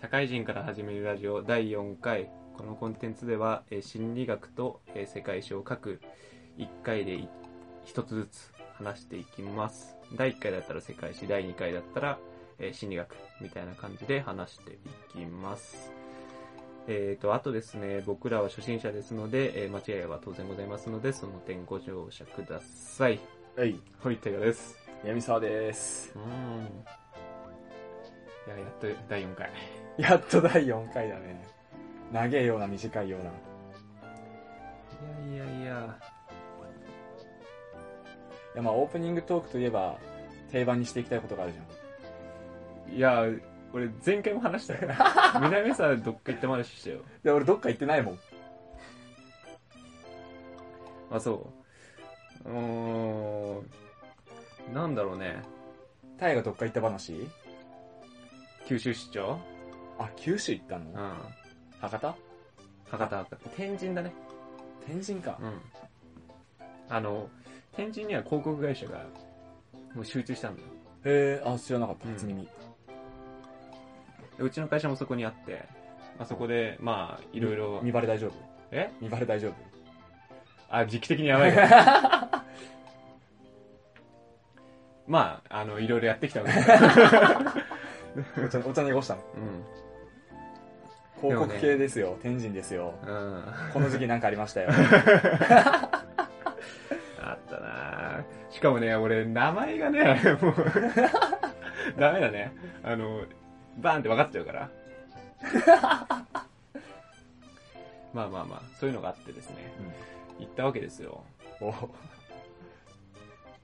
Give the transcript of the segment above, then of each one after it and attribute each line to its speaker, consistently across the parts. Speaker 1: 社会人から始めるラジオ第4回このコンテンツでは、えー心理学と、えー世界史を各1回で1つずつ話していきます第1回だったら世界史第2回だったら、えー心理学みたいな感じで話していきますえー、とあとですね僕らは初心者ですので、えー間違いは当然ございますのでその点ご乗車ください
Speaker 2: はい、
Speaker 1: 堀田です
Speaker 2: 闇沢です。
Speaker 1: うんいややっと第4回
Speaker 2: やっと第4回だね。長えような短いような。
Speaker 1: いやいやいや
Speaker 2: いやまあオープニングトークといえば定番にしていきたいことがあるじ
Speaker 1: いや、俺前回も話したよ。 南沢どっか行った話したよ。
Speaker 2: ゃん。いや俺どっか行ってないもん。
Speaker 1: あ、そう。うーん。なんだろうね。
Speaker 2: タイがどっか行った話
Speaker 1: 九州出張
Speaker 2: あ、九州行ったの
Speaker 1: うん。
Speaker 2: 博多
Speaker 1: 博多、博多。天神だね。
Speaker 2: 天神か
Speaker 1: う。ん。あの、天神には広告会社がもう集中したんだよ。
Speaker 2: へえ、あ、知らなかった。
Speaker 1: うん
Speaker 2: 初耳。
Speaker 1: でうちの会社もそこにあって、あそこで、まあ、いろいろ
Speaker 2: 見、バレ大丈夫
Speaker 1: え
Speaker 2: 見バレ大丈夫
Speaker 1: あ、時期的にやばいから。 まあ、あの、いろいろやってきたわけだ から
Speaker 2: お茶お茶濁したの。
Speaker 1: うん。で
Speaker 2: 広
Speaker 1: も
Speaker 2: 告
Speaker 1: ね
Speaker 2: 系ですよ。天神ですよ。
Speaker 1: うん。
Speaker 2: この時期なんかありましたよ。
Speaker 1: あったなぁしかもね、俺、名前がね、 もう、ダメだね。あの、バーンって分かっちゃう から。まあまあまあ、そう いうのがあってですね、行ったわけですよ。
Speaker 2: お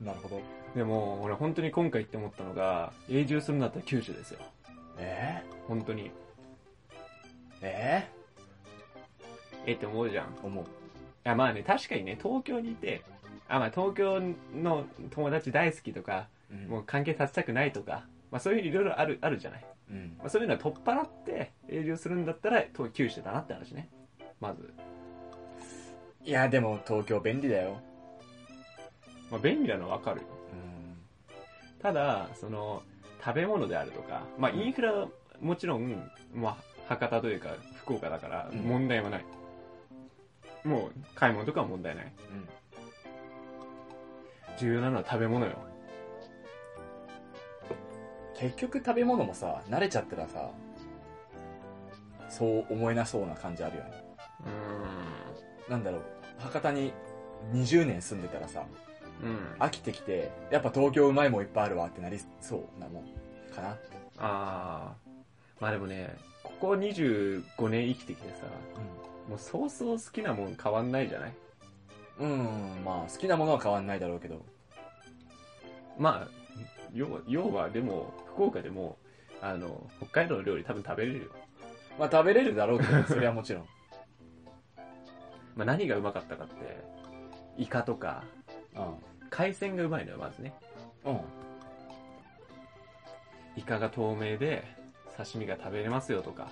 Speaker 2: なるほど。
Speaker 1: でも、俺本当に今回行って思ったのが、永住するんだったら九州ですよ。
Speaker 2: え
Speaker 1: 本当に。
Speaker 2: ー、え
Speaker 1: えって思うじゃん。い
Speaker 2: ー、思う。
Speaker 1: やまあね、確かにね、東京にいて、あ、まあ東京の友達大好きとか、
Speaker 2: うん
Speaker 1: もう関係させたくないとか、まあそういういろいろある、あるじゃない。
Speaker 2: うん
Speaker 1: ま。あ、そういうのは取っ払って営業するんだったら東九州だなって話ねまず、
Speaker 2: いや、でも東京便利だよ。
Speaker 1: まあ、便利なのはわかるよ
Speaker 2: うん。
Speaker 1: ただその食べ物であるとか、まあ、
Speaker 2: うん
Speaker 1: インフラはもちろん、まあ、博多というか福岡だから
Speaker 2: うん
Speaker 1: 問題はない、もう買い物とかは問題ない
Speaker 2: うん
Speaker 1: 重要なのは食べ物よ
Speaker 2: 結局食べ物もさ慣れちゃったらさそう思えなそうな感じあるよねなんだろう博多に20年住んでたらさ
Speaker 1: うんうんあ
Speaker 2: 飽きてきてやっぱ東京うまいもんいっぱいあるわってなりそうなもんかなって、
Speaker 1: あーまあでもねここ25年生きてきてさもうそうそう好きなもん変わんないじゃない
Speaker 2: うん、うんまあ好きなものは変わんないだろうけど
Speaker 1: まあ、要は、要はでも、福岡でも、あの、北海道の料理多分食べれるよ。
Speaker 2: まあ食べれるだろうけ どそれはもちろん
Speaker 1: まあ何がうまかったかって、イカとか、海鮮がうまいのよ、まずね。
Speaker 2: うんうん
Speaker 1: イカが透明で、刺身が食べれますよとか、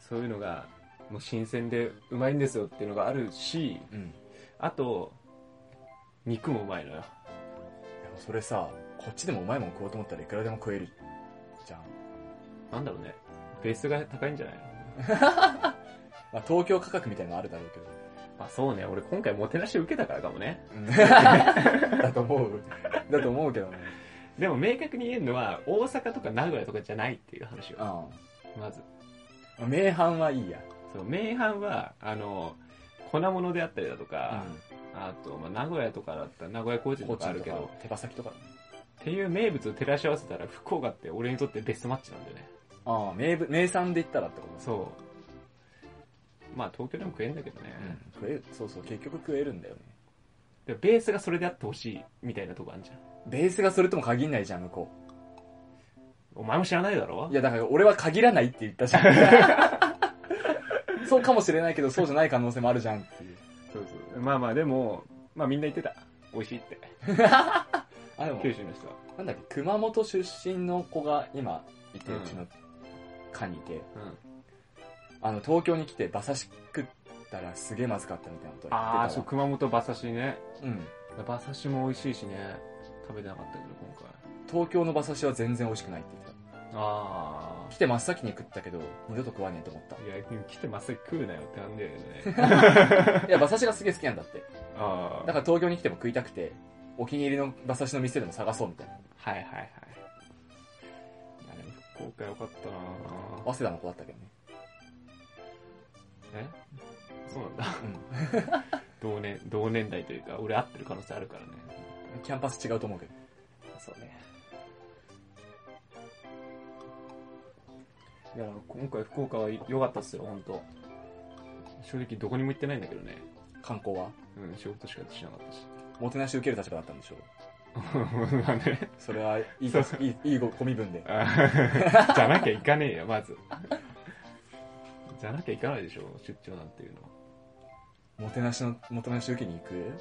Speaker 1: そういうのが、もう新鮮でうまいんですよっていうのがあるし、
Speaker 2: うんうん
Speaker 1: あと、肉もうまいのよ。
Speaker 2: でもそれさこっちでもうまいもん食おうと思ったらいくらでも食えるじゃん、
Speaker 1: なんだろうね。ベースが高いんじゃないの
Speaker 2: まあ、東京価格みたいなのあるだろうけど
Speaker 1: まあそうね、俺今回もてなし受けたからかもね。
Speaker 2: だと思う。だと思うけどね。
Speaker 1: でも明確に言えるのは、大阪とか名古屋とかじゃないっていう話よ。
Speaker 2: う
Speaker 1: まず。
Speaker 2: ん。名阪はいいや。
Speaker 1: そう、名阪は、あの、粉物であったりだとか、
Speaker 2: う
Speaker 1: あと、まあ、名古屋とかだったら名古屋コーチ
Speaker 2: ん。
Speaker 1: と
Speaker 2: 高知
Speaker 1: かある
Speaker 2: と
Speaker 1: け
Speaker 2: か
Speaker 1: ど、、
Speaker 2: 手羽先とか。
Speaker 1: っていう名物を照らし合わせたら、福岡って俺にとってベストマッチなんだよね。
Speaker 2: ああ、名物、名産で言ったらってことう。
Speaker 1: そう。まあ、東京でも食えんだけどね。
Speaker 2: うん。食える、そうそう、結局食えるんだよね。
Speaker 1: でもベースがそれであってほしい、みたいなとこあるじゃん。
Speaker 2: ベースがそれとも限んないじゃん、向こ
Speaker 1: お前も知らないだろ
Speaker 2: う。いや、だから俺は限らないって言ったじ ゃん。そうかもしれないけど、そうじゃない可能性もあるじゃんっていう。
Speaker 1: そうそう。まあまあ、でも、まあみんな言ってた。美味しいって。
Speaker 2: あ、でも、
Speaker 1: 九州の人は。
Speaker 2: なんだっけ、熊本出身の子が今いて、
Speaker 1: うん
Speaker 2: うちの課にいて、
Speaker 1: うん。
Speaker 2: あの、東京に来て馬刺し食ったらすげえまずかったみたいなこと言ってたわ
Speaker 1: ああ、そう、熊本馬刺しね。
Speaker 2: うん。
Speaker 1: 馬刺しも美味しいしね。食べてなかったけど、今回。
Speaker 2: 東京の馬刺しは全然美味しくないって言って
Speaker 1: あ
Speaker 2: 来て真っ先に食ったけど、二度と食わねえと思った。
Speaker 1: いや、来てまっすぐ食うなよってなんだよね。
Speaker 2: いや、馬刺しがすげえ好きなんだって。
Speaker 1: あ
Speaker 2: だ
Speaker 1: あ。
Speaker 2: から東京に来ても食いたくて、お気に入りの馬刺しの店でも探そうみたいな。
Speaker 1: はいはいはい。いや、でも福岡よかったなぁ
Speaker 2: 早稲田の子だったけどね。
Speaker 1: えそうなんだ。 同年、同年代というか、俺合ってる可能性あるからね。
Speaker 2: うん。キャンパス違うと思うけど。
Speaker 1: そうね。いや、今回福岡は良かったっすよ、ほんと。正直どこにも行ってないんだけどね。
Speaker 2: 観光は
Speaker 1: うん、仕事しかしなかったし。
Speaker 2: もてなし受ける立場だったんでしょう。
Speaker 1: まあね。
Speaker 2: それはいいご、いい、いいご、込み分で。
Speaker 1: あー じゃなきゃ行かねえよ、まず。じゃなきゃ行かないでしょ、出張なんていうのは。
Speaker 2: もてなしの、もてなし受けに行く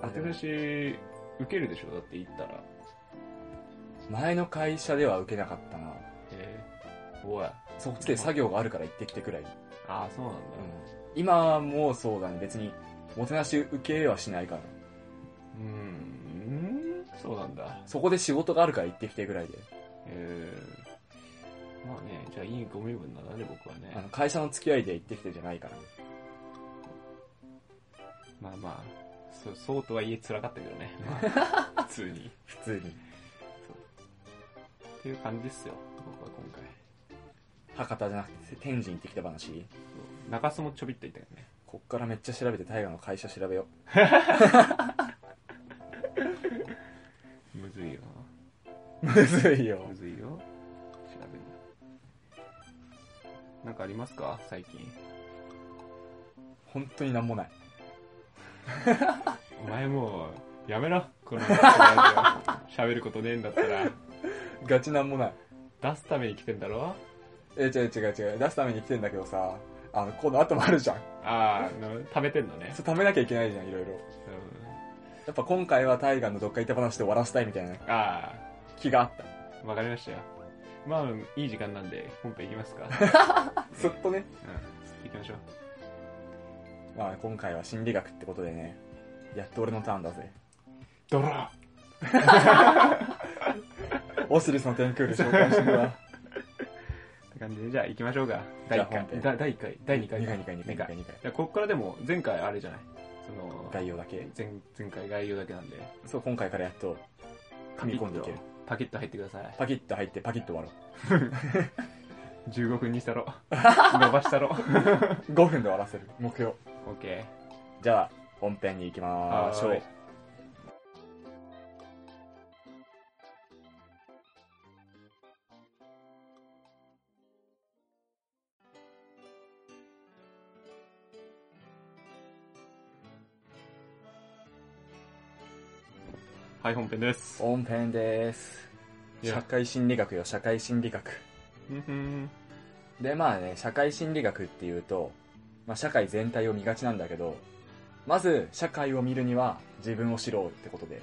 Speaker 1: 当て出し、受けるでしょ、だって行ったら。
Speaker 2: 前の会社では受けなかったな。
Speaker 1: えー、おい。
Speaker 2: そっちで作業があるから行ってきてくらい。うん。
Speaker 1: ああ、そうなんだ。
Speaker 2: 今もうそうだね。別に、もてなし受けはしないから。
Speaker 1: うん、うんそうなんだ。
Speaker 2: そこで仕事があるから行ってきてぐらいで。
Speaker 1: えー、まあね、じゃあいいご身分なんだね、僕は
Speaker 2: あ
Speaker 1: ね。
Speaker 2: の会社の付き合いで行ってきてじゃないからね。
Speaker 1: まあまあ、そそうとはいえ辛かったけどね。まあ 普通に。
Speaker 2: 普通に。
Speaker 1: っていう感じっすよ、僕は今回。
Speaker 2: 博多じゃなくて、天神行ってきた話。
Speaker 1: そう中洲もちょびっと行ったけどね。
Speaker 2: こっからめっちゃ調べて、大河の会社調べよ
Speaker 1: むずいよな。
Speaker 2: う。むずいよ
Speaker 1: む。ずいよ。調べるな。なんかありますか最近。
Speaker 2: 本当になんもない。
Speaker 1: お前もう、やめろ。この、 喋ることねえんだったら、
Speaker 2: ガチなんもない。
Speaker 1: 出すために来てんだろ
Speaker 2: え、違う違う違う。出すために来てんだけどさ、あの、この後もあるじゃん。
Speaker 1: ああ、の食べてんのね。
Speaker 2: そう、貯めなきゃいけないじゃん、いろいろ。
Speaker 1: う、
Speaker 2: やっぱ今回は大河のどっか行った話で終わらせたいみたいなん
Speaker 1: あ
Speaker 2: 気があった。
Speaker 1: あ、わかりましたよ。まあ、いい時間なんで、本編いき ますか。
Speaker 2: すっとね。
Speaker 1: うん、行きましょう。
Speaker 2: まあ今回は心理学ってことでね、やっと俺のターンだぜ。
Speaker 1: ドラ
Speaker 2: オシリスの天空で紹介してく わ。
Speaker 1: って感じで、じゃあ行きましょうか。
Speaker 2: じ
Speaker 1: 第
Speaker 2: ゃあ
Speaker 1: 1
Speaker 2: 本編
Speaker 1: 回。だ第一回。第2回。
Speaker 2: 2回2回2回2回2回。
Speaker 1: じゃあ、こっからでも、前回あれじゃないその、
Speaker 2: 概要だけ。
Speaker 1: 前前回概要だけなんで、
Speaker 2: そう、今回からやっと噛み込んでいける。
Speaker 1: パキッと入ってください。
Speaker 2: パキッと入ってパキッと終わろ
Speaker 1: 15分にした ろ。伸ばしたろ。
Speaker 2: う。5分で終わらせる。目標。
Speaker 1: オッケ
Speaker 2: じゃあ、本編に行き
Speaker 1: ー。
Speaker 2: ましょ
Speaker 1: は
Speaker 2: う
Speaker 1: い。はい、本編です。
Speaker 2: 本編です。
Speaker 1: いや
Speaker 2: 社会心理学よ、社会心理学。
Speaker 1: うんふん
Speaker 2: で、まあね、社会心理学っていうと、まあ社会全体を見がちなんだけど、まず社会を見るには自分を知ろうってことで、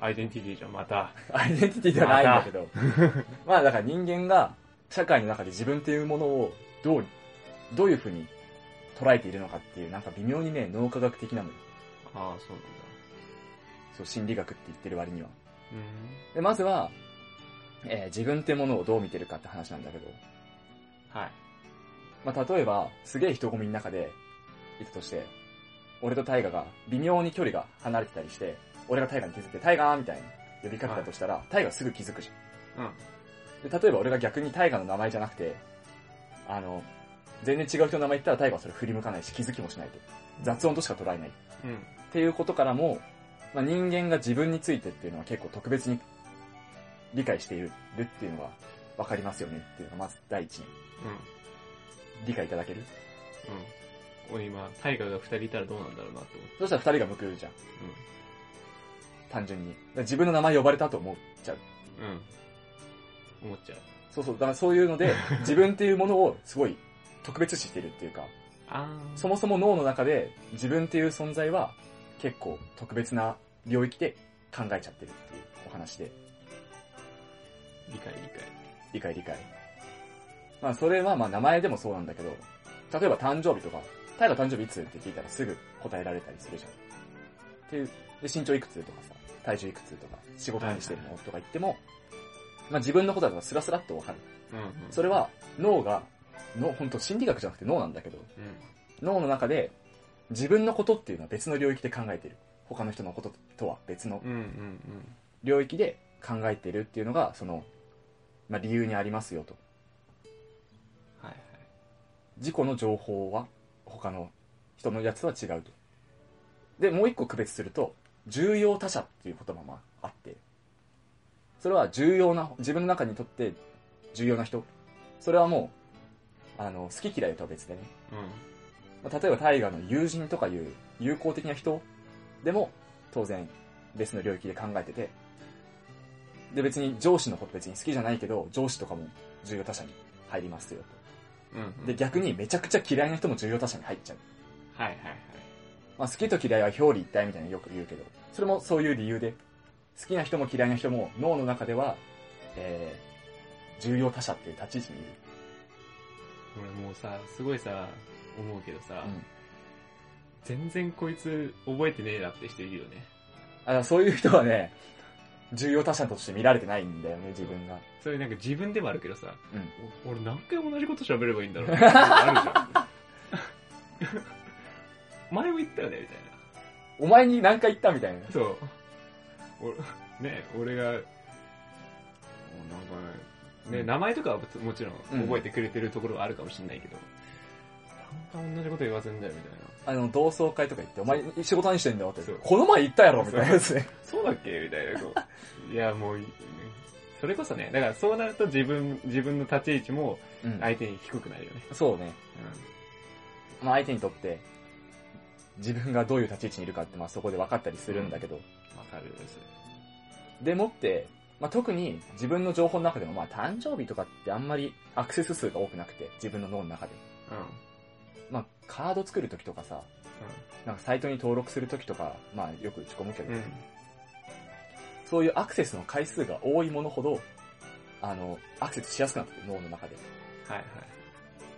Speaker 1: アイデンティティじゃん、また。
Speaker 2: アイデンティティではないんだけど、 まあだから人間が社会の中で自分っていうものをどう、どういうふうに捉えているのかっていう、なんか微妙にね、脳科学的なのよ。
Speaker 1: ああ、そうなんだ。
Speaker 2: そう、心理学って言ってる割には。
Speaker 1: うん。
Speaker 2: で、まずは、えー自分ってものをどう見てるかって話なんだけど、
Speaker 1: はい。
Speaker 2: まあ例えば、すげえ人混みの中で、いたとして、俺と大我が微妙に距離が離れてたりして、俺が大我に手伝って、大我みたいに呼びかけたとしたら、大我すぐ気づくじゃん。
Speaker 1: うん。
Speaker 2: で、例えば俺が逆にタイガの名前じゃなくて、あの、全然違う人の名前言ったらタイガはそれ振り向かないし気づきもしないと。雑音としか捉えない。っ
Speaker 1: うん。
Speaker 2: ていうことからも、まあ、人間が自分についてっていうのは結構特別に理解しているっていうのがわかりますよねっていうのがまず第一に。理解いただける
Speaker 1: うん。うん。俺今、タイガーが二人いたらどうなんだろうなと思って。
Speaker 2: そしたら二人が報いるじゃん。単純に。だから自分の名前呼ばれたと思っちゃう。
Speaker 1: うん。うん。思っちゃう。
Speaker 2: そうそう。だからそういうので、自分っていうものをすごい特別視してるっていうか、
Speaker 1: ああ。
Speaker 2: そもそも脳の中で自分っていう存在は結構特別な領域で考えちゃってるっていうお話で、
Speaker 1: 理解理解。
Speaker 2: 理解理解。まあそれはまあ名前でもそうなんだけど、例えば誕生日とか、タイが誕生日いつって聞いたらすぐ答えられたりするじゃん。っていう、で身長いくつとかさ、体重いくつとか、仕事何してるのとか言っても、まあ、自分のことだからスラスラっとわかる。
Speaker 1: うんうん
Speaker 2: それは脳が、脳、本当心理学じゃなくて脳なんだけど、
Speaker 1: うん
Speaker 2: 脳の中で自分のことっていうのは別の領域で考えてる。他の人のこととは別の
Speaker 1: うんうん
Speaker 2: 領域で考えてるっていうのが、その、まあ、理由にありますよと。
Speaker 1: はいはい
Speaker 2: 事故の情報は他の人のやつは違うと。で、もう一個区別すると、重要他者っていう言葉もあって、それは重要な、自分の中にとって重要な人。それはもう、あの、好き嫌いとは別でね。
Speaker 1: う
Speaker 2: まあ例えば大河の友人とかいう友好的な人でも、当然別の領域で考えてて、で別に上司のこと別に好きじゃないけど、上司とかも重要他者に入りますよと。
Speaker 1: んうん
Speaker 2: で、逆にめちゃくちゃ嫌いな人も重要他者に入っちゃう。
Speaker 1: はいはいはい
Speaker 2: まあ、好きと嫌いは表裏一体みたいによく言うけど、それもそういう理由で、好きな人も嫌いな人も脳の中では、えー、重要他者っていう立ち位置にいる。
Speaker 1: 俺もうさすごいさ思うけどさ、
Speaker 2: うん
Speaker 1: 全然こいつ覚えてねえなって人いるよね
Speaker 2: あだからそういう人はね、重要他者として見られてないんだよね、自分が。
Speaker 1: それなんか自分でもあるけどさ、
Speaker 2: うん
Speaker 1: お俺何回同じこと喋ればいいんだろうってあるじゃん 前も言ったよねみたい
Speaker 2: お前に何回言ったみたいな
Speaker 1: な。そう俺ね俺がおなんかね、ね名前とかはもちろん覚えてくれてるところはあるかもしれないけど、なんか同じこと言わせんだよみたいな
Speaker 2: あの、同窓会とか行って、お前仕事何してんだよって
Speaker 1: そう。
Speaker 2: この前言ったやろみたいなやつね。
Speaker 1: そうだっけみたいな。こう いや、もういい、それこそね、だからそうなると自分、自分の立ち位置も
Speaker 2: うん
Speaker 1: 相手に低くなるよね。
Speaker 2: そうね。まあ、相手にとって、自分がどういう立ち位置にいるかって、まあ、そこで分かったりするんだけど、
Speaker 1: わ、かるです。
Speaker 2: でもって、まあ、特に自分の情報の中でも、まあ、誕生日とかってあんまりアクセス数が多くなくて、自分の脳の中で。
Speaker 1: うん。うん。
Speaker 2: まあ、カード作るときとかさ、なんかサイトに登録するときとか、まあ、よく打ち込むけど、
Speaker 1: うん。
Speaker 2: そういうアクセスの回数が多いものほど、あの、アクセスしやすくなってくる、脳の中で。
Speaker 1: はいは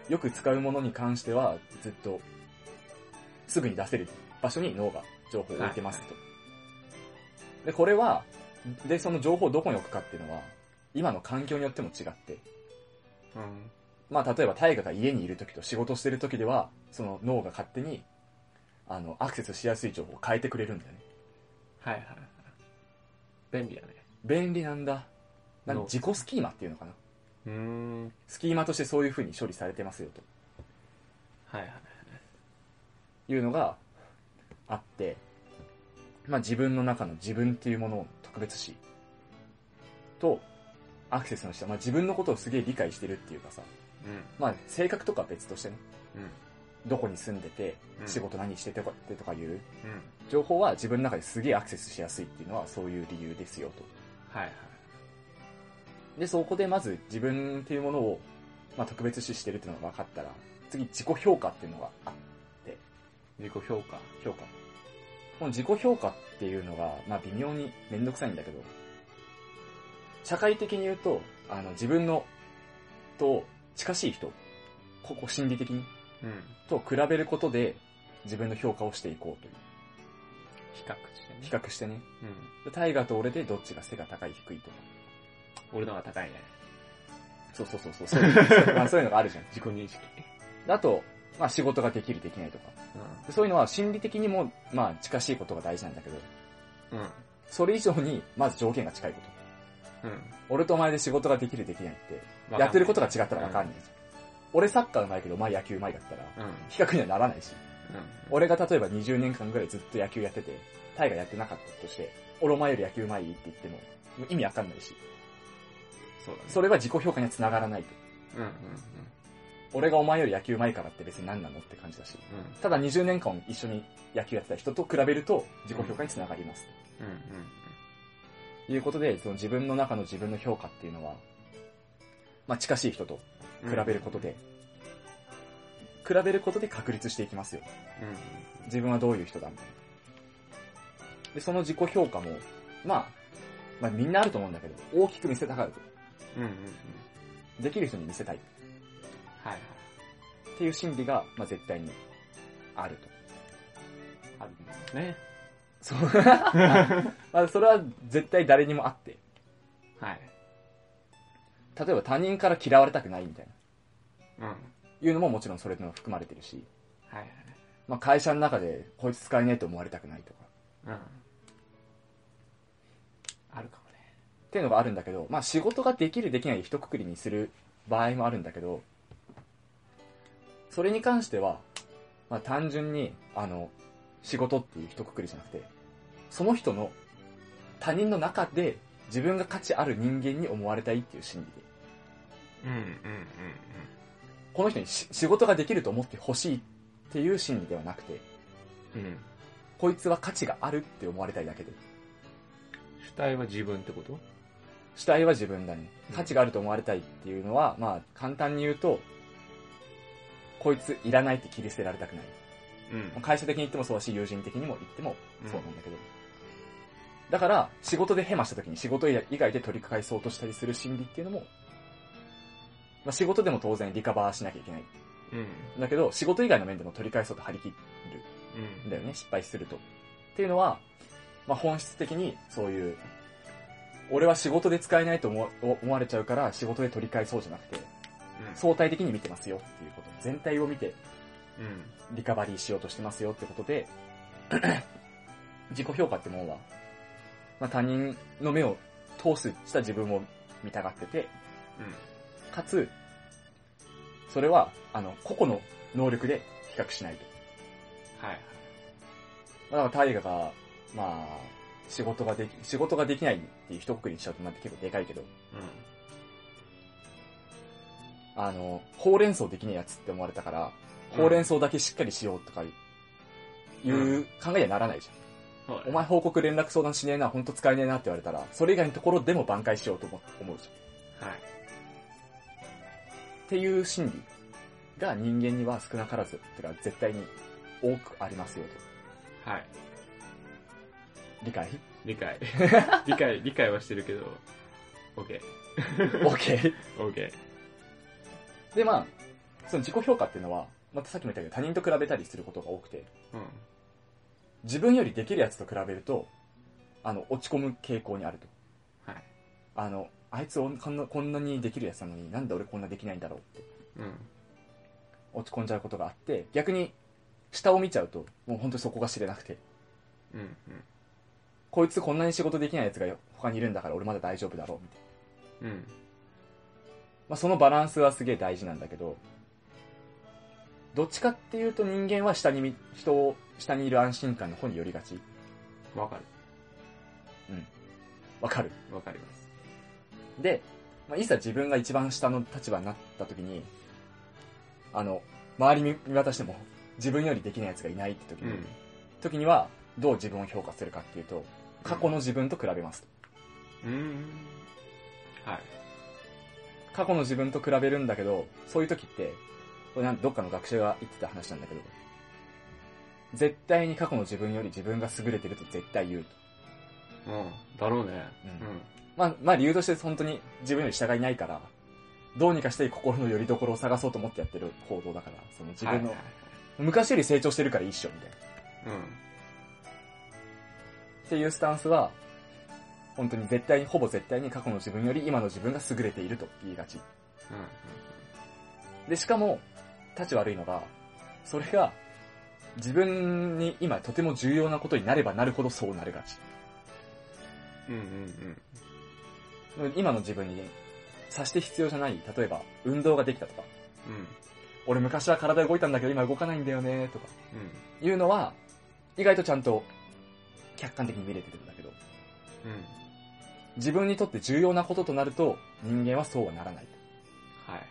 Speaker 1: い。
Speaker 2: よく使うものに関しては、ずっと、すぐに出せる場所に脳が情報を置いてますと。で、これは、で、その情報をどこに置くかっていうのは、今の環境によっても違って、
Speaker 1: うん。
Speaker 2: まあ、例えば大河が家にいる時と仕事してる時では、その脳が勝手に、あの、アクセスしやすい情報を変えてくれるんだよね。
Speaker 1: はいはいはい。便利だね。
Speaker 2: 便利なんだ。なん
Speaker 1: 脳
Speaker 2: 自己スキーマっていうのかな。
Speaker 1: うーん。
Speaker 2: スキーマとしてそういう風に処理されてますよと
Speaker 1: はいはい。
Speaker 2: いうのがあって、まあ自分の中の自分っていうものを特別視とアクセスの下、まあ自分のことをすげえ理解してるっていうかさ、まあ性格とかは別としてね、
Speaker 1: うん。うん。
Speaker 2: どこに住んでて、
Speaker 1: うん
Speaker 2: 仕事何しててとかってとかいう
Speaker 1: うん。
Speaker 2: 情報は自分の中ですげえアクセスしやすいっていうのはそういう理由ですよと。
Speaker 1: はいはい。
Speaker 2: で、そこでまず自分っていうものを、まあ、特別視してるっていうのが分かったら、次自己評価っていうのがあ、
Speaker 1: 自己評価。
Speaker 2: 評価。この自己評価っていうのが、まあ微妙にめんどくさいんだけど、社会的に言うと、あの自分の、と近しい人、ここ心理的に、
Speaker 1: うん。
Speaker 2: と比べることで自分の評価をしていこうという。
Speaker 1: 比較してね。
Speaker 2: 比。較してね。
Speaker 1: うん。
Speaker 2: でタイガーと俺でどっちが背が高い低いとか。
Speaker 1: 俺の方が高いね。
Speaker 2: そうそうそうそう。そう いうのまあそういうのがあるじゃん。
Speaker 1: 自己認識。
Speaker 2: であと、まあ仕事ができるできないとか。でそういうのは心理的にも、まあ、近しいことが大事なんだけど、
Speaker 1: うん。うん。
Speaker 2: それ以上に、まず条件が近いこと。
Speaker 1: うん。
Speaker 2: 俺とお前で仕事ができるできないって、やってることが違ったらわかんないじゃん。俺サッカーうまいけど、お前野球うまいだったら、
Speaker 1: うん。うん。
Speaker 2: 比較にはならないし。
Speaker 1: うん。
Speaker 2: 俺が例えば20年間ぐらいずっと野球やってて、タイがやってなかったとして、俺お前より野球うまいって言っても、もう意味わかんないし。
Speaker 1: そうだね。
Speaker 2: それは自己評価には繋がらないと。
Speaker 1: うんうんうん。
Speaker 2: 俺がお前より野球うまいからって別に何なのって感じだし。
Speaker 1: うん。
Speaker 2: ただ20年間一緒に野球やってた人と比べると、自己評価に繋がります。
Speaker 1: うんうん
Speaker 2: いうことで、その自分の中の自分の評価っていうのは、まあ近しい人と比
Speaker 1: うん
Speaker 2: べることで、比べることで確立していきますよ。
Speaker 1: うん
Speaker 2: 自分はどういう人だみたいな。で、その自己評価も、まあ、まあみんなあると思うんだけど、大きく見せたがる。
Speaker 1: うんうんうん
Speaker 2: できる人に見せたいっ
Speaker 1: はいはい
Speaker 2: ていう心理が、まあ絶対にあると。
Speaker 1: あるんですね
Speaker 2: そう。 まあそれは絶対誰にもあって。
Speaker 1: はい
Speaker 2: 例えば他人から嫌われたくないみたいな
Speaker 1: うん。はい
Speaker 2: いうのももちろんそれの含まれてるし、
Speaker 1: はい。
Speaker 2: まあ、会社の中でこいつ使えねえと思われたくないとか
Speaker 1: うん。あるかもね。
Speaker 2: っていうのがあるんだけど、まあ、仕事ができるできないで一括りにする場合もあるんだけどそれに関しては、まあ、単純にあの仕事っていう一括りじゃなくてその人の他人の中で自分が価値ある人間に思われたいっていう心理
Speaker 1: う
Speaker 2: で
Speaker 1: んうんうん
Speaker 2: この人にし仕事ができると思ってほしいっていう心理ではなくて
Speaker 1: うん。うん。
Speaker 2: こいつは価値があるって思われたいだけで
Speaker 1: 主体は自分ってこと
Speaker 2: 主体は自分だね
Speaker 1: うん
Speaker 2: 価値があると思われたいっていうのは、まあ簡単に言うとこいついらないって切り捨てられたくない
Speaker 1: うん
Speaker 2: 会社的に言ってもそうだし友人的にも言ってもそうなんだけど、だから仕事でヘマした時に仕事以外で取り返そうとしたりする心理っていうのも、まあ、仕事でも当然リカバーしなきゃいけない
Speaker 1: うん。うん。
Speaker 2: だけど仕事以外の面でも取り返そうと張り切るんだよね失敗するとっていうのは、まあ、本質的にそういう俺は仕事で使えないと思わ思われちゃうから仕事で取り返そうじゃなくて
Speaker 1: うん。
Speaker 2: 相対的に見てますよっていうこと全体を見て
Speaker 1: うん。うん。
Speaker 2: リカバリーしようとしてますよってことで 自己評価ってもんは、まあ、他人の目を通すした自分を見たがっててかつそれはあの個々の能力で比較しないと
Speaker 1: はいはい。
Speaker 2: まあだから大河が、まあ、仕事ができ、仕事ができないっていう一括りにしちゃうとなんて結構でかいけど、あの、ほうれん草できねえやつって思われたから、
Speaker 1: うん。
Speaker 2: ほうれん草だけしっかりしようとかいう、いう考えにはならないじゃ。
Speaker 1: そうん
Speaker 2: お前報告連絡相談しねえな、ほんと使えねえなって言われたら、それ以外のところでも挽回しようと思思うじゃ
Speaker 1: はい。
Speaker 2: ん。っていう心理が人間には少なからず、てか絶対に多くありますよと。
Speaker 1: はい。
Speaker 2: 理解
Speaker 1: 理解。理解、理解はしてるけど、OK。
Speaker 2: ?OK。
Speaker 1: OK。
Speaker 2: で、まあ、その自己評価っていうのは、またさっきも言ったけど他人と比べたりすることが多くて、
Speaker 1: うん。
Speaker 2: 自分よりできるやつと比べると、あの、落ち込む傾向にあると。
Speaker 1: はい。
Speaker 2: あの、あいつこんなこんなにできるやつなのになんで俺こんなできないんだろうって
Speaker 1: うん。
Speaker 2: 落ち込んじゃうことがあって、逆に下を見ちゃうと、もう本当にそこが知れなくて、
Speaker 1: うん。
Speaker 2: こいつこんなに仕事できないやつが他にいるんだから俺まだ大丈夫だろうみたいな。
Speaker 1: うん。うん。
Speaker 2: まあそのバランスはすげえ大事なんだけど、どっちかっていうと人間は下に見、人を下にいる安心感の方に寄りがち。
Speaker 1: わか
Speaker 2: わかる
Speaker 1: る。わかります。
Speaker 2: で、まあ、いざ自分が一番下の立場になった時に、あの、周り見渡しても自分よりできない奴がいないって時
Speaker 1: う
Speaker 2: に,、
Speaker 1: ん。
Speaker 2: 時には、どう自分を評価するかっていうと、過去の自分と比べますと。
Speaker 1: うーん。はい。
Speaker 2: 過去の自分と比べるんだけど、そういう時って、これなんどっかの学者が言ってた話なんだけど、絶対に過去の自分より自分が優れてると絶対言うと。
Speaker 1: うん。だろうね。
Speaker 2: うんまあ、まあ理由として本当に自分より下がいないから、どうにかして心の拠り所を探そうと思ってやってる行動だから、その自分の
Speaker 1: はい
Speaker 2: 昔より成長してるから一緒みたいな。
Speaker 1: はいはい
Speaker 2: っていうスタンスは、本当に絶対に、ほぼ絶対に過去の自分より今の自分が優れていると言いがち。
Speaker 1: うん。うん。
Speaker 2: で、しかも、立ち悪いのが、それが、自分に今とても重要なことになればなるほどそうなるがち。
Speaker 1: うんうん
Speaker 2: 今の自分に、さして必要じゃない、例えば、運動ができたとか、
Speaker 1: うん。うん。
Speaker 2: 俺昔は体動いたんだけど今動かないんだよね、とか、
Speaker 1: うん。
Speaker 2: いうのは、意外とちゃんと、客観的に見れてるんだけど、
Speaker 1: うん。
Speaker 2: 自分にとって重要なこととなると、人間はそうはならない。
Speaker 1: はいは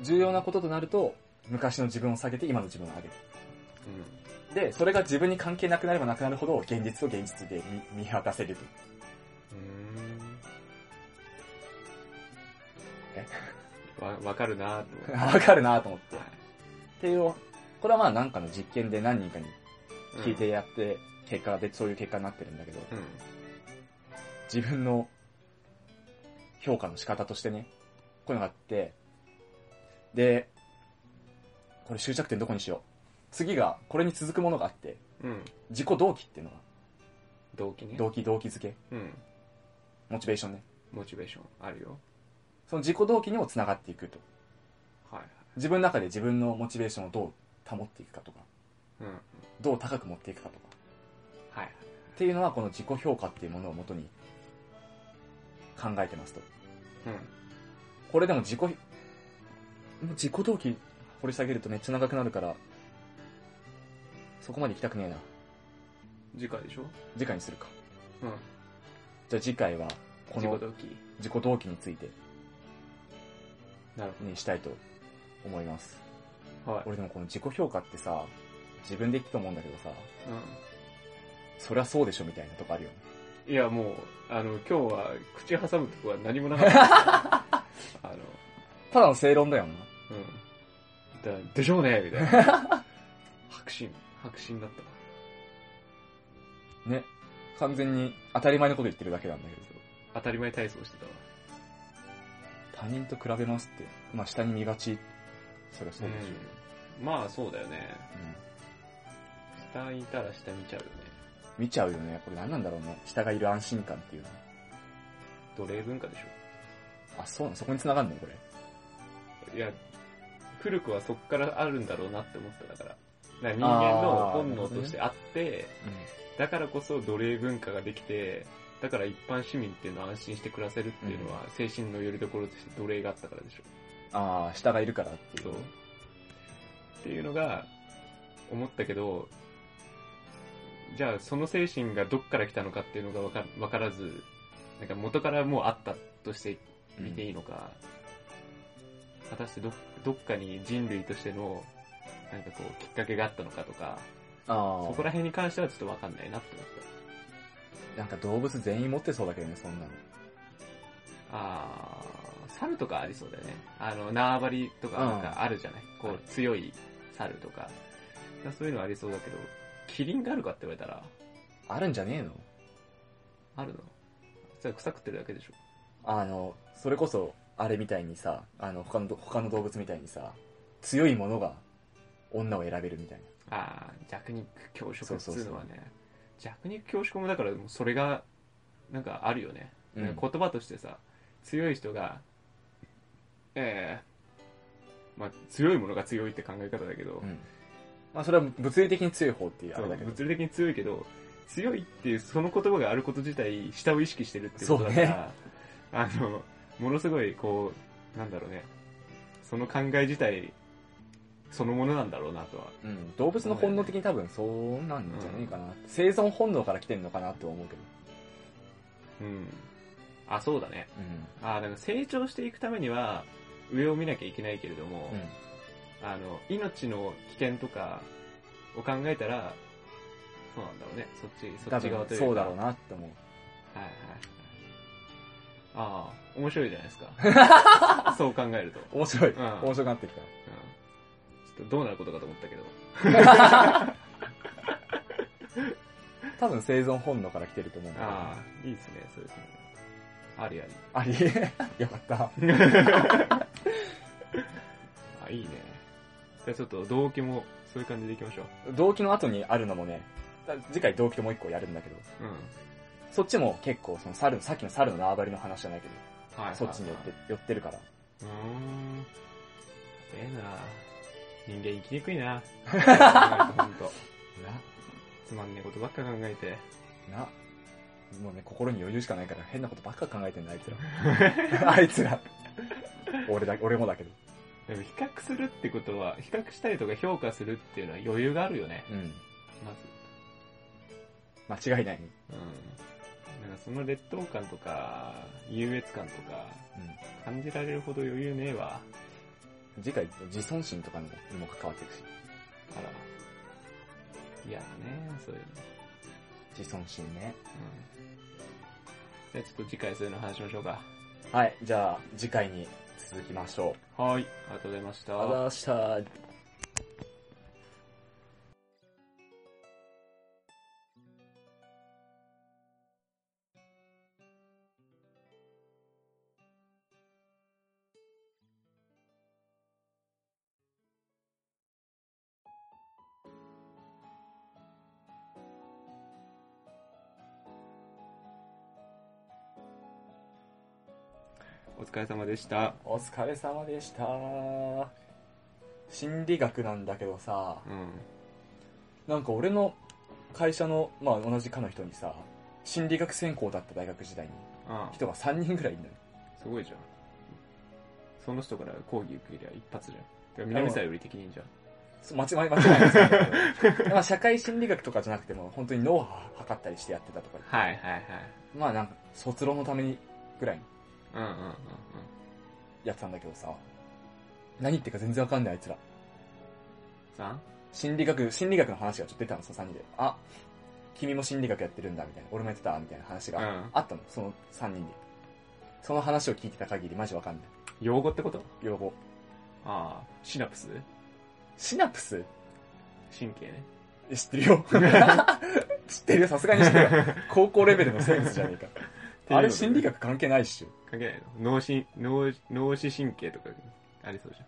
Speaker 1: い。
Speaker 2: 重要なこととなると、昔の自分を下げて今の自分を上げる。
Speaker 1: うん。
Speaker 2: で、それが自分に関係なくなればなくなるほど、現実と現実で見見渡せると。
Speaker 1: う
Speaker 2: え
Speaker 1: ーん。わ、わかるなぁと思 って。
Speaker 2: わかるなと思って。っ
Speaker 1: は
Speaker 2: ていう、これはまあなんかの実験で何人かに
Speaker 1: い
Speaker 2: 聞いて。やって、結果でそういう結果になってるんだけど、
Speaker 1: うん。
Speaker 2: 自分の評価の仕方としてね、こういうのがあって、で、これ終着点どこにしよう。次が、これに続くものがあって、
Speaker 1: うん。うん。
Speaker 2: 自己動機っていうのが、
Speaker 1: 動機ね。
Speaker 2: 動機動機づけ、
Speaker 1: うん。
Speaker 2: モチベーションね。
Speaker 1: モチベーションあるよ。
Speaker 2: その自己動機にもつながっていくと
Speaker 1: はいはい。
Speaker 2: 自分の中で自分のモチベーションをどう保っていくかとか
Speaker 1: うん。はい
Speaker 2: どう高く持っていくかとか
Speaker 1: はい。
Speaker 2: っていうのはこの自己評価っていうものをもとに考えてますと
Speaker 1: うん。
Speaker 2: これでも自己もう自己動機掘り下げるとめっちゃ長くなるからそこまで行きたくねえな
Speaker 1: 次回でしょ
Speaker 2: 次回にするか
Speaker 1: うん。
Speaker 2: じゃあ次回はこ
Speaker 1: 自
Speaker 2: の
Speaker 1: 己動機。
Speaker 2: 自己動機について
Speaker 1: なる
Speaker 2: にしたいと思います
Speaker 1: ほど。はい。
Speaker 2: 俺でもこの自己評価ってさ自分で言ってたと思うんだけどさ
Speaker 1: う
Speaker 2: そりゃそうでしょみたいなとこあるよね
Speaker 1: ん。いや、もう、あの、今日は、口挟むとこは何もな かった。あの、
Speaker 2: ただの正論だよな
Speaker 1: うん。だでしょうねみ たいな。白心。白心だったわ。
Speaker 2: ね。完全に当たり前のこと言ってるだけなんだけど。
Speaker 1: 当たり前体操してたわ。
Speaker 2: 他人と比べますって、まあ下に見がち。そりゃそうでしょ。
Speaker 1: うんまあ、そうだよね。
Speaker 2: うん
Speaker 1: 下いたら下見ちゃうよね。
Speaker 2: 見ちゃうよね。これ何なんだろうね。下がいる安心感っていうの。
Speaker 1: 奴隷文化でし
Speaker 2: あ、そうなのそこに繋がんのこれ。
Speaker 1: ょ。いや、古くはそっからあるんだろうなって思っただから。だから人間の本能としてあって、だからこそ奴隷文化ができて、だから一般市民っていうのは安心して暮らせるっていうのは、精神の拠り所として奴隷があったからでしょ。
Speaker 2: ああ、下がいるからっていう
Speaker 1: そう。
Speaker 2: ね。
Speaker 1: っていうのが、思ったけど、じゃあその精神がどっから来たのかっていうのがわかわからず、なんか元からもうあったとして
Speaker 2: うん
Speaker 1: 見ていいのか、果たしてどどっかに人類としての、なんかこう、きっかけがあったのかとか、
Speaker 2: あ
Speaker 1: そこら辺に関してはちょっとわかんないなって思っ
Speaker 2: あ。なんか動物全員持ってそうだけどね、そんなの。
Speaker 1: た。あー、猿とかありそうだよね。あの、縄張りとかなんかあるじゃない、こ、
Speaker 2: はいう
Speaker 1: 強い猿とか。そういうのありそうだけど、キリンがあるかって言われたら、
Speaker 2: あるんじゃねえの
Speaker 1: あるのそれ草食ってるだけでしょ。
Speaker 2: あの、それこそ、あれみたいにさ、あの、他のど、他の動物みたいにさ、強いものが女を選べるみたいな。
Speaker 1: あー、弱肉強食って
Speaker 2: そうそ
Speaker 1: いうう
Speaker 2: そ
Speaker 1: の
Speaker 2: う
Speaker 1: はね、弱肉強食もだから、それが、なんかあるよね。
Speaker 2: うん
Speaker 1: なんか言葉としてさ、強い人が、ええまあ、強いものが強いって考え方だけど、
Speaker 2: うん。まあそれは物理的に強い方っていうあ
Speaker 1: そう
Speaker 2: れだけど。
Speaker 1: 物理的に強いけど、強いっていうその言葉があること自体、下を意識してるっていうことだから、
Speaker 2: そ う
Speaker 1: あの、ものすごい、こう、なんだろうね、その考え自体、そのものなんだろうなとは。
Speaker 2: うん、動物の本能的に多分そうなんじゃないかな、生存本能から来てんのかなって思うけど、
Speaker 1: うん。あ、そうだね。
Speaker 2: う
Speaker 1: あ、なんか成長していくためには、上を見なきゃいけないけれども、
Speaker 2: ん
Speaker 1: あの、命の危険とかを考えたら、そうなんだろうね。そっち、そ
Speaker 2: 多
Speaker 1: っち側
Speaker 2: 分
Speaker 1: というか。
Speaker 2: そうだろうなって思う
Speaker 1: はいはい。ああ、面白いじゃないです か。そう考えると。うん。
Speaker 2: 面白い、
Speaker 1: うん
Speaker 2: 面白くなってき
Speaker 1: ち
Speaker 2: た
Speaker 1: ょっとどうなることかと思ったけど。
Speaker 2: 多分生存本能から来てると思うんだけど
Speaker 1: ああ、いいですね、そういう考えありあり。
Speaker 2: あり よかった
Speaker 1: あ、いいね。じゃあちょっと動機もそういう感じでいきましょう。
Speaker 2: 動機の後にあるのもねだ次回動機ともう一個やるんだけど
Speaker 1: うん。
Speaker 2: そっちも結構その猿さっきの猿の縄張りの話じゃないけど、
Speaker 1: はい、
Speaker 2: そっちに寄って寄ってるから
Speaker 1: うーん。ええな人間生きにくいな ほんと。つまんねえことばっか考えて。
Speaker 2: ななもうね心に余裕しかないから変なことばっか考えてんだあいつ らあいつら俺だ俺もだけど
Speaker 1: でも比較するってことは、比較したりとか評価するっていうのは余裕があるよね。
Speaker 2: うん
Speaker 1: まず。
Speaker 2: 間違いない、
Speaker 1: うん。なんかその劣等感とか、優越感とか、
Speaker 2: う
Speaker 1: 感じられるほど余裕ねえわ。
Speaker 2: ん、次回自尊心とかにも関わっていくし
Speaker 1: あら。嫌だね、そういうの。
Speaker 2: 自尊心ね
Speaker 1: うん。じゃあちょっと次回そういうの話しましょうか。
Speaker 2: はいじゃあ次回に続きましょう
Speaker 1: はい。ありがとうございました。
Speaker 2: ました
Speaker 1: お疲れ様でした。
Speaker 2: お疲れ様でした心理学なんだけどさ
Speaker 1: う
Speaker 2: なんか俺の会社の、まあ、同じ科の人にさ心理学専攻だった大学時代に
Speaker 1: ん。ああ、
Speaker 2: 人が3人ぐらいいるのよ
Speaker 1: すごいじゃん。その人から講義受けりゃ一発じゃん。てか南沢より適任じゃん。
Speaker 2: そう間違い間違いないですよ まあ社会心理学とかじゃなくても本当に脳波測ったりしてやってたとか
Speaker 1: はいはいはい。
Speaker 2: まあなんか卒論のためにぐらいに
Speaker 1: うんうんうんうん。
Speaker 2: やってたんだけどさ何言ってるか全然わかんないあいつら
Speaker 1: さん
Speaker 2: 心理学心理学の話がちょっと出たのその3人であ君も心理学やってるんだみたいな俺もやってたみたいな話
Speaker 1: う
Speaker 2: が
Speaker 1: ん。
Speaker 2: あったのその3人でその話を聞いてた限りマジわかんない
Speaker 1: 用語ってこと
Speaker 2: 用語
Speaker 1: ああ、シナプス
Speaker 2: シナプス
Speaker 1: 神経ね。
Speaker 2: え知ってる よ知ってるよさすがに知ってるよ高校レベルのセンスじゃ ねえかあれ心理学関係ないっしょ
Speaker 1: 関係ないの脳神、脳、脳死神経とかありそうじ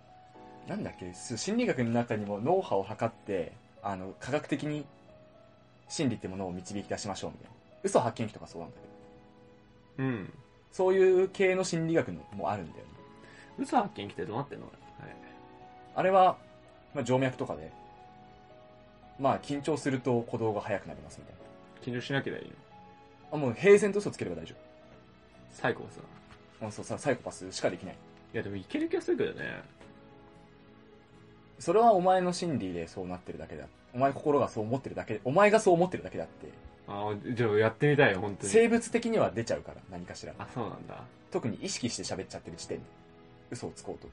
Speaker 2: なんだっけす心理学の中にも脳波を測ってあの科学的に心理ってものを導き出しましょうみたいな嘘発見器とかそうなんだけど
Speaker 1: ゃん。うん。
Speaker 2: そういう系の心理学のもあるんだよね
Speaker 1: 嘘発見来てどうなってんのあれ。
Speaker 2: あれは、まあ、静脈とかでまあ緊張すると鼓動が速くなりますみたい
Speaker 1: 緊張しなければいいの。
Speaker 2: なあもう平然と嘘つければ大丈
Speaker 1: サイコパスだな。
Speaker 2: 夫あそうさサイコパスしかできない
Speaker 1: いやでもいける気がするけどね。
Speaker 2: それはお前の心理でそうなってるだけだお前心がそう思ってるだけお前がそう思ってるだけだって
Speaker 1: ああ、じゃあやってみたいよ、本当に。
Speaker 2: 生物的には出ちゃうから何かしら
Speaker 1: あ、そうなんだ。
Speaker 2: 特に意識して喋っちゃってる時点で嘘をつこうと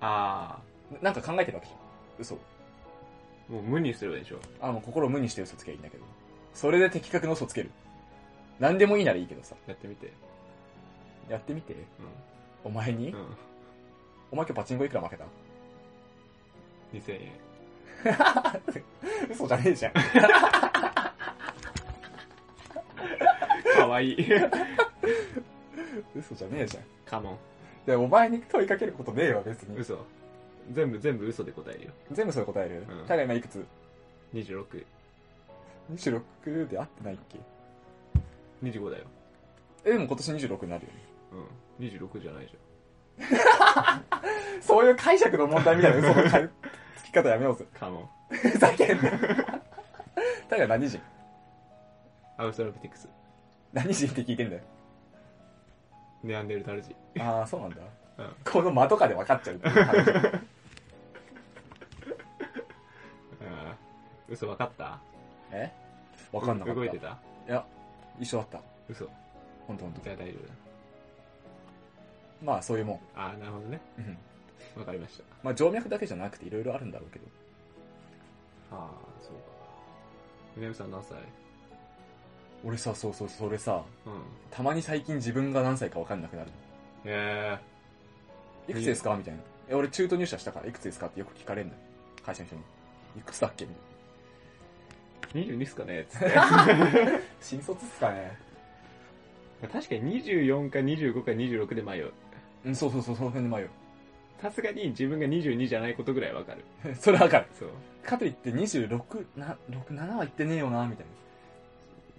Speaker 1: あ
Speaker 2: ななんか考えてるわけじゃん。嘘を。
Speaker 1: あ、もう無にするでしょ。
Speaker 2: あ、もう心を無にして嘘つけばいいんだけど。それで的確な嘘つける。何でもいいならいいけどさ。
Speaker 1: やってみて。
Speaker 2: やってみて。
Speaker 1: う
Speaker 2: お前に、
Speaker 1: ん。うん。
Speaker 2: お前今日パチンコいくら負けた
Speaker 1: 2000円。
Speaker 2: 嘘じゃねえじゃん。
Speaker 1: かわいい。
Speaker 2: 嘘じゃねえじゃん。
Speaker 1: カモン。
Speaker 2: で、お前に問いかけることねえわ、別に。
Speaker 1: 嘘。全部、全部嘘で答えるよ。
Speaker 2: 全部それ答える、
Speaker 1: うん
Speaker 2: ただ今いくつ
Speaker 1: 26。
Speaker 2: ?26 で合ってないっけ
Speaker 1: 25だよ。
Speaker 2: え、でも今年26になるよね。
Speaker 1: うん。26じゃないじ
Speaker 2: そういう解釈の問題みたいな嘘の解 つき方やめようぜ。
Speaker 1: ゃん。カモン。
Speaker 2: ふざ けんな。ただ何人
Speaker 1: アウストラピティクス。
Speaker 2: 何人って聞いてんだよ。
Speaker 1: ネアンデルタル人。
Speaker 2: ああ、そうなんだ。
Speaker 1: うん。
Speaker 2: この間とかで分かっちゃうっていう感 じ
Speaker 1: うん。嘘分かった
Speaker 2: え分かんなかった。
Speaker 1: 動いてた
Speaker 2: いや、一緒だった。
Speaker 1: 嘘。
Speaker 2: ほんとほんと
Speaker 1: じ。ゃあ大丈夫だ。
Speaker 2: まあそういうもん。
Speaker 1: ああ、なるほどね。
Speaker 2: うん。
Speaker 1: わかりました。
Speaker 2: まあ静脈だけじゃなくていろいろあるんだろうけど。
Speaker 1: ああ、そうか。南さん何歳
Speaker 2: 俺さ、そうそう、それさ、
Speaker 1: うん。
Speaker 2: たまに最近自分が何歳か分かんなくなるの。
Speaker 1: え
Speaker 2: いくつですかみたいな。え、俺中途入社したからいくつですかってよく聞かれんのよ。会社の人に。いくつだっけみたいな。
Speaker 1: えー。22っすかねつって。
Speaker 2: 新卒っすかね
Speaker 1: 確かに24か25か26で迷う。
Speaker 2: うん、そうそうそう、その辺で迷う。
Speaker 1: さすがに自分が22じゃないことぐらいわかる。
Speaker 2: それ分かる。
Speaker 1: そう。
Speaker 2: かといって26、な、6、7は言ってねえよな、みたい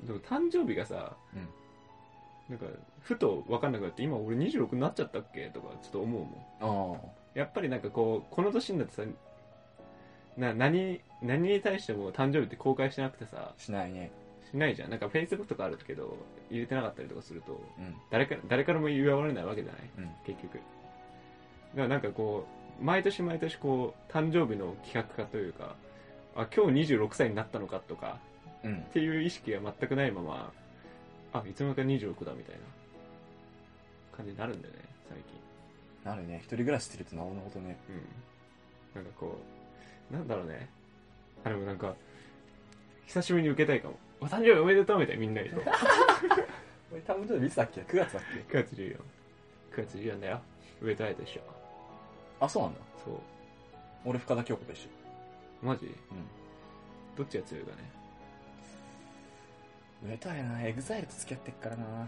Speaker 1: でも誕生日がさ、
Speaker 2: うん
Speaker 1: なんか、ふとわかんなくなって、今俺26になっちゃったっけとか、ちょっと思うもん。
Speaker 2: な。あ
Speaker 1: やっぱりなんかこう、この年になってさ、な、何、何に対しても誕生日って公開しなくてさ
Speaker 2: あ、、しないね。
Speaker 1: しないじゃん。なんか Facebook とかあるけど、入れてなかったりとかすると、
Speaker 2: うん。
Speaker 1: 誰から、誰からも祝われないわけじゃない
Speaker 2: うん。
Speaker 1: 結局。だからなんかこう、毎年毎年こう、誕生日の企画化というか、あ、今日26歳になったのかとか、
Speaker 2: うん
Speaker 1: っ。ていう意識が全くないまま、あ、いつの間にか26だみたいな感じになるんだよね、最
Speaker 2: なるね。一人暮らししてるとなおのことね。
Speaker 1: 近。うん。なんかこう、なんだろうね。あ、でもなんか、久しぶりに受けたいかも。お誕生日おめでとうみたいな、みんなに。9
Speaker 2: 俺多分ちょっといつだっけ ?9 月だっけ
Speaker 1: 月14。9月14だよ。上戸彩と一緒。
Speaker 2: あ、そうなんだ。
Speaker 1: そう。
Speaker 2: 俺深田恭子と一緒。
Speaker 1: マジ
Speaker 2: う
Speaker 1: どっちが強いかね。
Speaker 2: ん。上戸彩な、エグザイルと付き合ってっからな。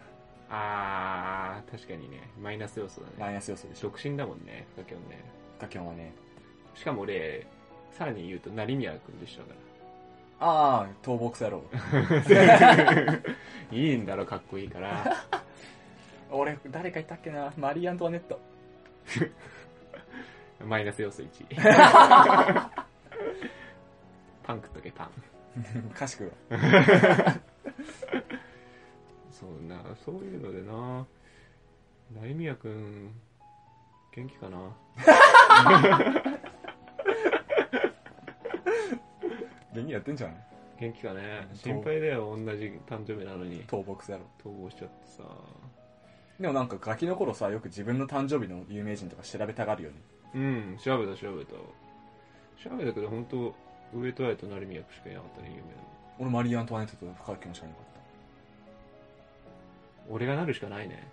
Speaker 1: あー、確かにね。マイナス要素だ
Speaker 2: マ
Speaker 1: ね。
Speaker 2: イナス要素でしょ。
Speaker 1: 独身だもんね、深きょんね。
Speaker 2: 深きょんはね。
Speaker 1: しかも俺、さらに言うと、成宮君と一緒 だから。
Speaker 2: ああ、逃亡クソ野郎。
Speaker 1: いいんだろ、かっこいいから。
Speaker 2: 俺、誰かいたっけなマリー・アントワネット。
Speaker 1: マイナス要素1。パン食っとけ、パン。
Speaker 2: かしく。
Speaker 1: そうな、そういうのでな。成宮くん、元気かな
Speaker 2: 元気やってんじゃない
Speaker 1: 元気かね
Speaker 2: うん。
Speaker 1: 心配だよ、同じ誕生日なのに。
Speaker 2: 倒木だろ。
Speaker 1: 統合しちゃってさ。
Speaker 2: でもなんかガキの頃さ、よく自分の誕生日の有名人とか調べたがるよね。
Speaker 1: うん、調べた調べた。調べたけど、本当上戸彩と成宮くんしかいなかったね、有名なの。
Speaker 2: 俺、マリー・アントワネットと深い気もしかなかっ
Speaker 1: 俺がなるしかないね。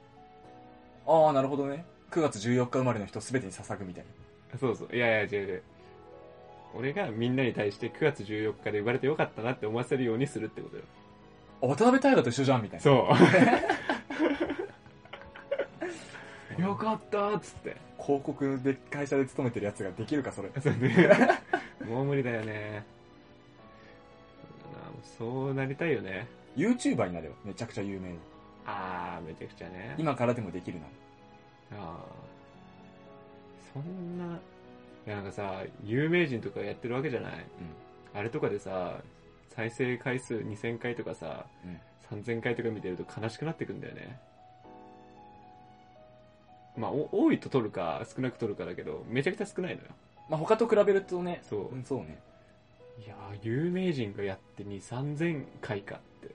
Speaker 2: た。ああ、なるほどね。9月14日生まれの人全てに捧ぐみたいな。
Speaker 1: そうそう。いやいや、違う違う。俺がみんなに対して9月14日で生まれてよかったなって思わせるようにするってことよ。
Speaker 2: 渡辺大河と一緒じゃんみたいな。
Speaker 1: そう。 よかったーっつって。
Speaker 2: 広告で会社で勤めてるやつができるか、それ。
Speaker 1: そうね。 もう無理だよね。そうだなもうそうなりたいよね。
Speaker 2: YouTuber になれよ。めちゃくちゃ有名に。
Speaker 1: あー、めちゃくちゃね。
Speaker 2: 今からでもできるな。
Speaker 1: あーそんな、いやなんかさ、有名人とかやってるわけじゃないあれとかでさ、再生回数2000回とかさ、
Speaker 2: うん。うん。
Speaker 1: 3000回とか見てると悲しくなってくんだよね。まあ、お多いと取るか、少なく取るかだけど、めちゃくちゃ少ないのよ。
Speaker 2: まあ、他と比べるとね、
Speaker 1: そう
Speaker 2: うん、そうね。
Speaker 1: いやー、有名人がやって2、3000回かって。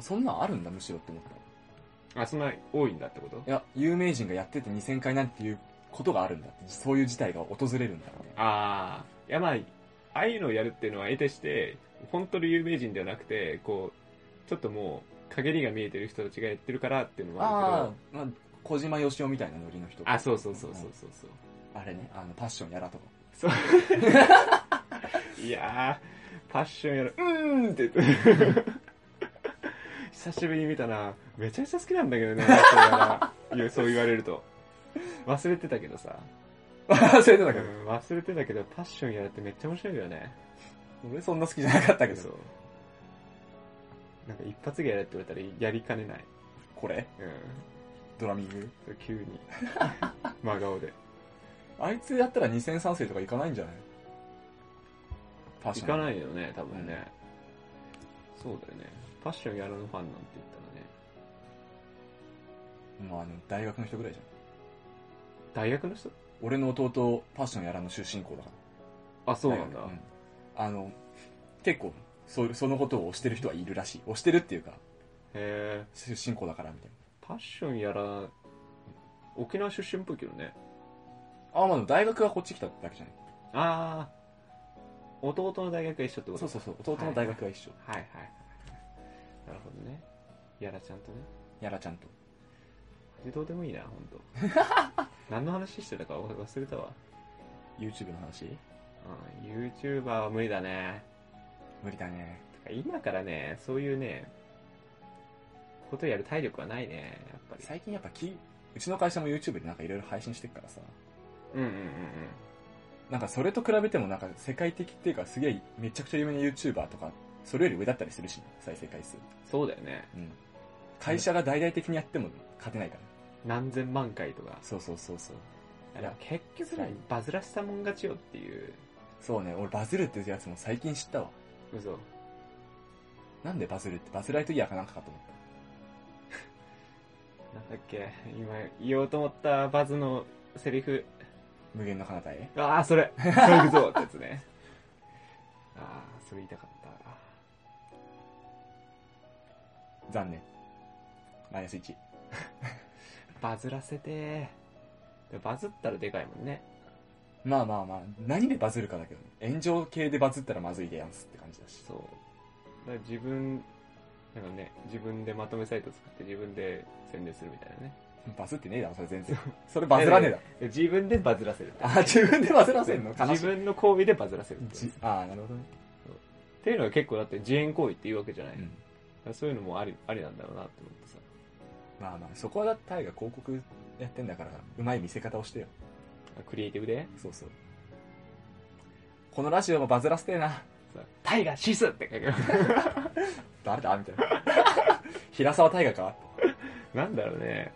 Speaker 2: そんなんあるんだ、むしろって思った。
Speaker 1: あ、そんな多いんだってこと
Speaker 2: いや、有名人がやってて2000回なんていうことがあるんだって、そういう事態が訪れるんだって。
Speaker 1: ああ、いやまあ、ああいうのをやるっていうのは得てして、本当に有名人ではなくて、こう、ちょっともう、陰りが見えてる人たちがやってるからっていうのもある
Speaker 2: ああ、まあ、小島よしおみたいなノリの人
Speaker 1: け。ど、あ、そうそうそうそうそうそう。
Speaker 2: あれね、あの、パッション やらとか。
Speaker 1: そう。いやー、パッションやろ、うーんって言って。 久しぶりに見たな。めちゃくちゃ好きなんだけどね、パッションやらいやそう言われると。忘れてたけどさ。
Speaker 2: 忘れて
Speaker 1: う
Speaker 2: た
Speaker 1: ん
Speaker 2: けど。
Speaker 1: 忘れてたけど、パッションやらってめっちゃ面白いよね。
Speaker 2: 俺そんな好きじゃなかったけ
Speaker 1: そう
Speaker 2: ど。。
Speaker 1: なんか一発芸やれって言われたらやりかねない。
Speaker 2: これ
Speaker 1: うん。
Speaker 2: ドラミング
Speaker 1: そう急 に。真顔で。
Speaker 2: あいつやったら2000賛成とかいかないんじゃないパッ
Speaker 1: い
Speaker 2: ション。。
Speaker 1: かないいよね、多分ね。そうだよね。パッションやらのファンなんて言ったらね。
Speaker 2: もうあの、大学の人ぐらいじゃん。
Speaker 1: 大学の人
Speaker 2: 俺の弟、パッションやらの出身校だから。
Speaker 1: あ、そうなんだ。
Speaker 2: 大学うんあの、結構、そうそのことを推してる人はいるらしい。推してるっていうか、
Speaker 1: へえ。
Speaker 2: 出身校だからみたい
Speaker 1: パッションやら、沖縄出身っぽいけどね。
Speaker 2: な。あ、まあでも大学がこっち来ただけじゃない。
Speaker 1: ああ。弟の大学が一緒ってこと
Speaker 2: そうそうそう、弟の大学が一緒。
Speaker 1: はいはい。なるほどね。やらちゃんとね。
Speaker 2: やらちゃんと。
Speaker 1: でどうでもいいな、ほんと。 何の話してたか忘れたわ。
Speaker 2: YouTube の話
Speaker 1: うん、YouTuber は無理だね。
Speaker 2: 無理だね。
Speaker 1: てか今からね、そういうね、ことやる体力はないね、やっぱり。
Speaker 2: 最近やっぱき、うちの会社も YouTube でなんかいろいろ配信してるからさ。
Speaker 1: うんうんうん
Speaker 2: なんかそれと比べてもなんか世界的っていうかすげえめちゃくちゃ有名な YouTuber とか、それより上だったりするし、再生回数。
Speaker 1: うん。そうだよね。
Speaker 2: うん。会社が大々的にやっても勝てないから。
Speaker 1: 何千万回とか。
Speaker 2: そうそうそうそう。
Speaker 1: いや結局ね、バズらしたもん勝ちよっていう。
Speaker 2: そうね、俺バズるってやつも最近知ったわ。
Speaker 1: 嘘。
Speaker 2: なんでバズるって、バズライトイヤーかなんかかと思った。
Speaker 1: なんだっけ、今言おうと思ったバズのセリフ。
Speaker 2: 無限の彼方へ。
Speaker 1: ああ、そ れ。それ行くぞってやつね。ああ、それ言いたかった。
Speaker 2: 残念。マイナス1。
Speaker 1: バズらせてー。でバズったらでかいもんね。
Speaker 2: まあまあまあ、何でバズるかだけどね。炎上系でバズったらまずいでやんすって感じだし。
Speaker 1: そう。だから自分、なんかね、自分でまとめサイト作って自分で宣伝するみたいなね。
Speaker 2: バズってねえだろ、それ全 然。それバズらねえだろ。
Speaker 1: で自分でバズらせる。
Speaker 2: あ、自分でバズらせんの悲し
Speaker 1: 自
Speaker 2: い。
Speaker 1: 分の行為でバズらせるってこと
Speaker 2: じ
Speaker 1: です。
Speaker 2: あーなるほどね。
Speaker 1: っていうのは結構だって自演行為っていうわけじゃない。
Speaker 2: うん。
Speaker 1: そういうのもあり、ありなんだろうなって思ってさ。
Speaker 2: まあまあ、そこはだってタイが広告やってんだから、うまい見せ方をしてよ。
Speaker 1: クリエイティブで、
Speaker 2: そうそう。このラジオもバズらせてえな。
Speaker 1: さ、タイガーシスって書く。
Speaker 2: 誰だみたいな。平沢大河か
Speaker 1: なんだろうね。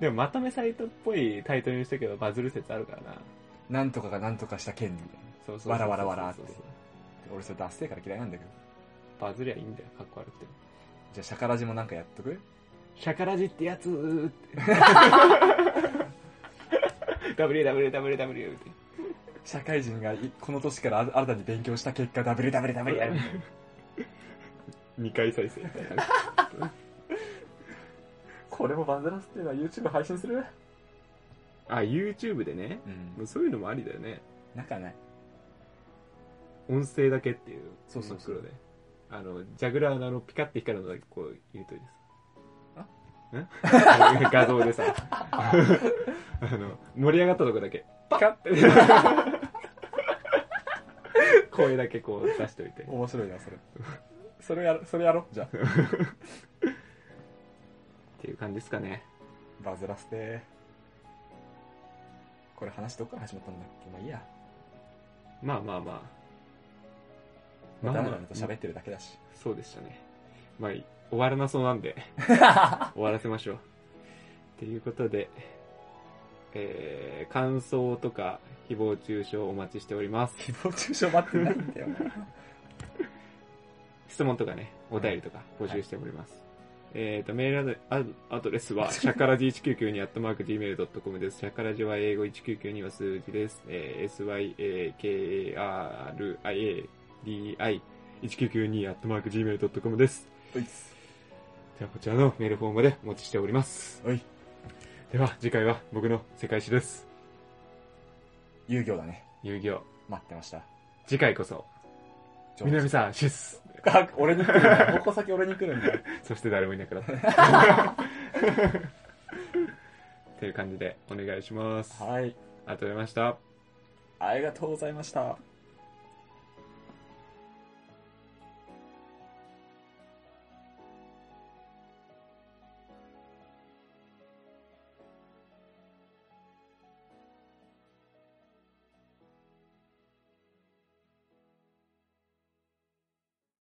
Speaker 1: でもまとめサイトっぽいタイトルにしたけど、バズる説あるからな。
Speaker 2: なんとかがなんとかした権利みたいな。
Speaker 1: そうそう
Speaker 2: わらわらわらって
Speaker 1: そうそうそう
Speaker 2: 俺それダッセーから嫌いなんだけど。
Speaker 1: バズりゃいいんだよ、かっこ悪くても。
Speaker 2: じゃあ、シャカラジもなんかやっとく
Speaker 1: シャカラジってやつーって。WWWW って。
Speaker 2: 社会人がいこの年からあ新たに勉強した結果、WWW やる。
Speaker 1: 2回再生みたいな。
Speaker 2: これもバズらせてるのは YouTube 配信する
Speaker 1: あ、YouTube でね。
Speaker 2: うん。
Speaker 1: そういうのもありだよね。
Speaker 2: なんかね、
Speaker 1: 音声だけっていう。
Speaker 2: そうそうそ
Speaker 1: 真
Speaker 2: う
Speaker 1: っ黒で。あの、ジャグラーのあのピカって光るのだけこう入れといてさ。ん 画像でさ。あの、盛り上がったとこだけ。パカって。声だけこう出しといて。
Speaker 2: 面白いな、それ。それやろ、それやろ。じゃあ、
Speaker 1: っていう感じですかね。
Speaker 2: バズらせて。これ話どっから始まったんだっけまあいいや。
Speaker 1: まあまあまあ。
Speaker 2: まあ、ダラダラと喋ってるだけだし。
Speaker 1: そうでしたね。まあ、終わらなそうなんで、終わらせましょう。ということで、えー、感想とか、誹謗中傷お待ちしております。
Speaker 2: 誹謗中傷待ってないんだよな。
Speaker 1: 質問とかね、お便りとか募集しております。えっ、と、メールアドアドレスは、シャカラジ199にアットマーク Gmail.com です。シャカラジは英語199には数字です。えー、syakriadi199 アットマーク Gmail.com です。
Speaker 2: おいっす
Speaker 1: ではこちらのメールフォームでお待ちしております。
Speaker 2: おい、
Speaker 1: では次回は僕の世界史です。
Speaker 2: 遊行だね。
Speaker 1: 遊戯王。
Speaker 2: 待ってました。
Speaker 1: 次回こそ、
Speaker 2: 上手
Speaker 1: 南さん、シス。
Speaker 2: あ、 俺に来るんだ。矛先俺に来るんだ。
Speaker 1: そして誰もいなくなった。 という感じでお願いします。あり
Speaker 2: はい。
Speaker 1: がとうございました。
Speaker 2: ありがとうございました。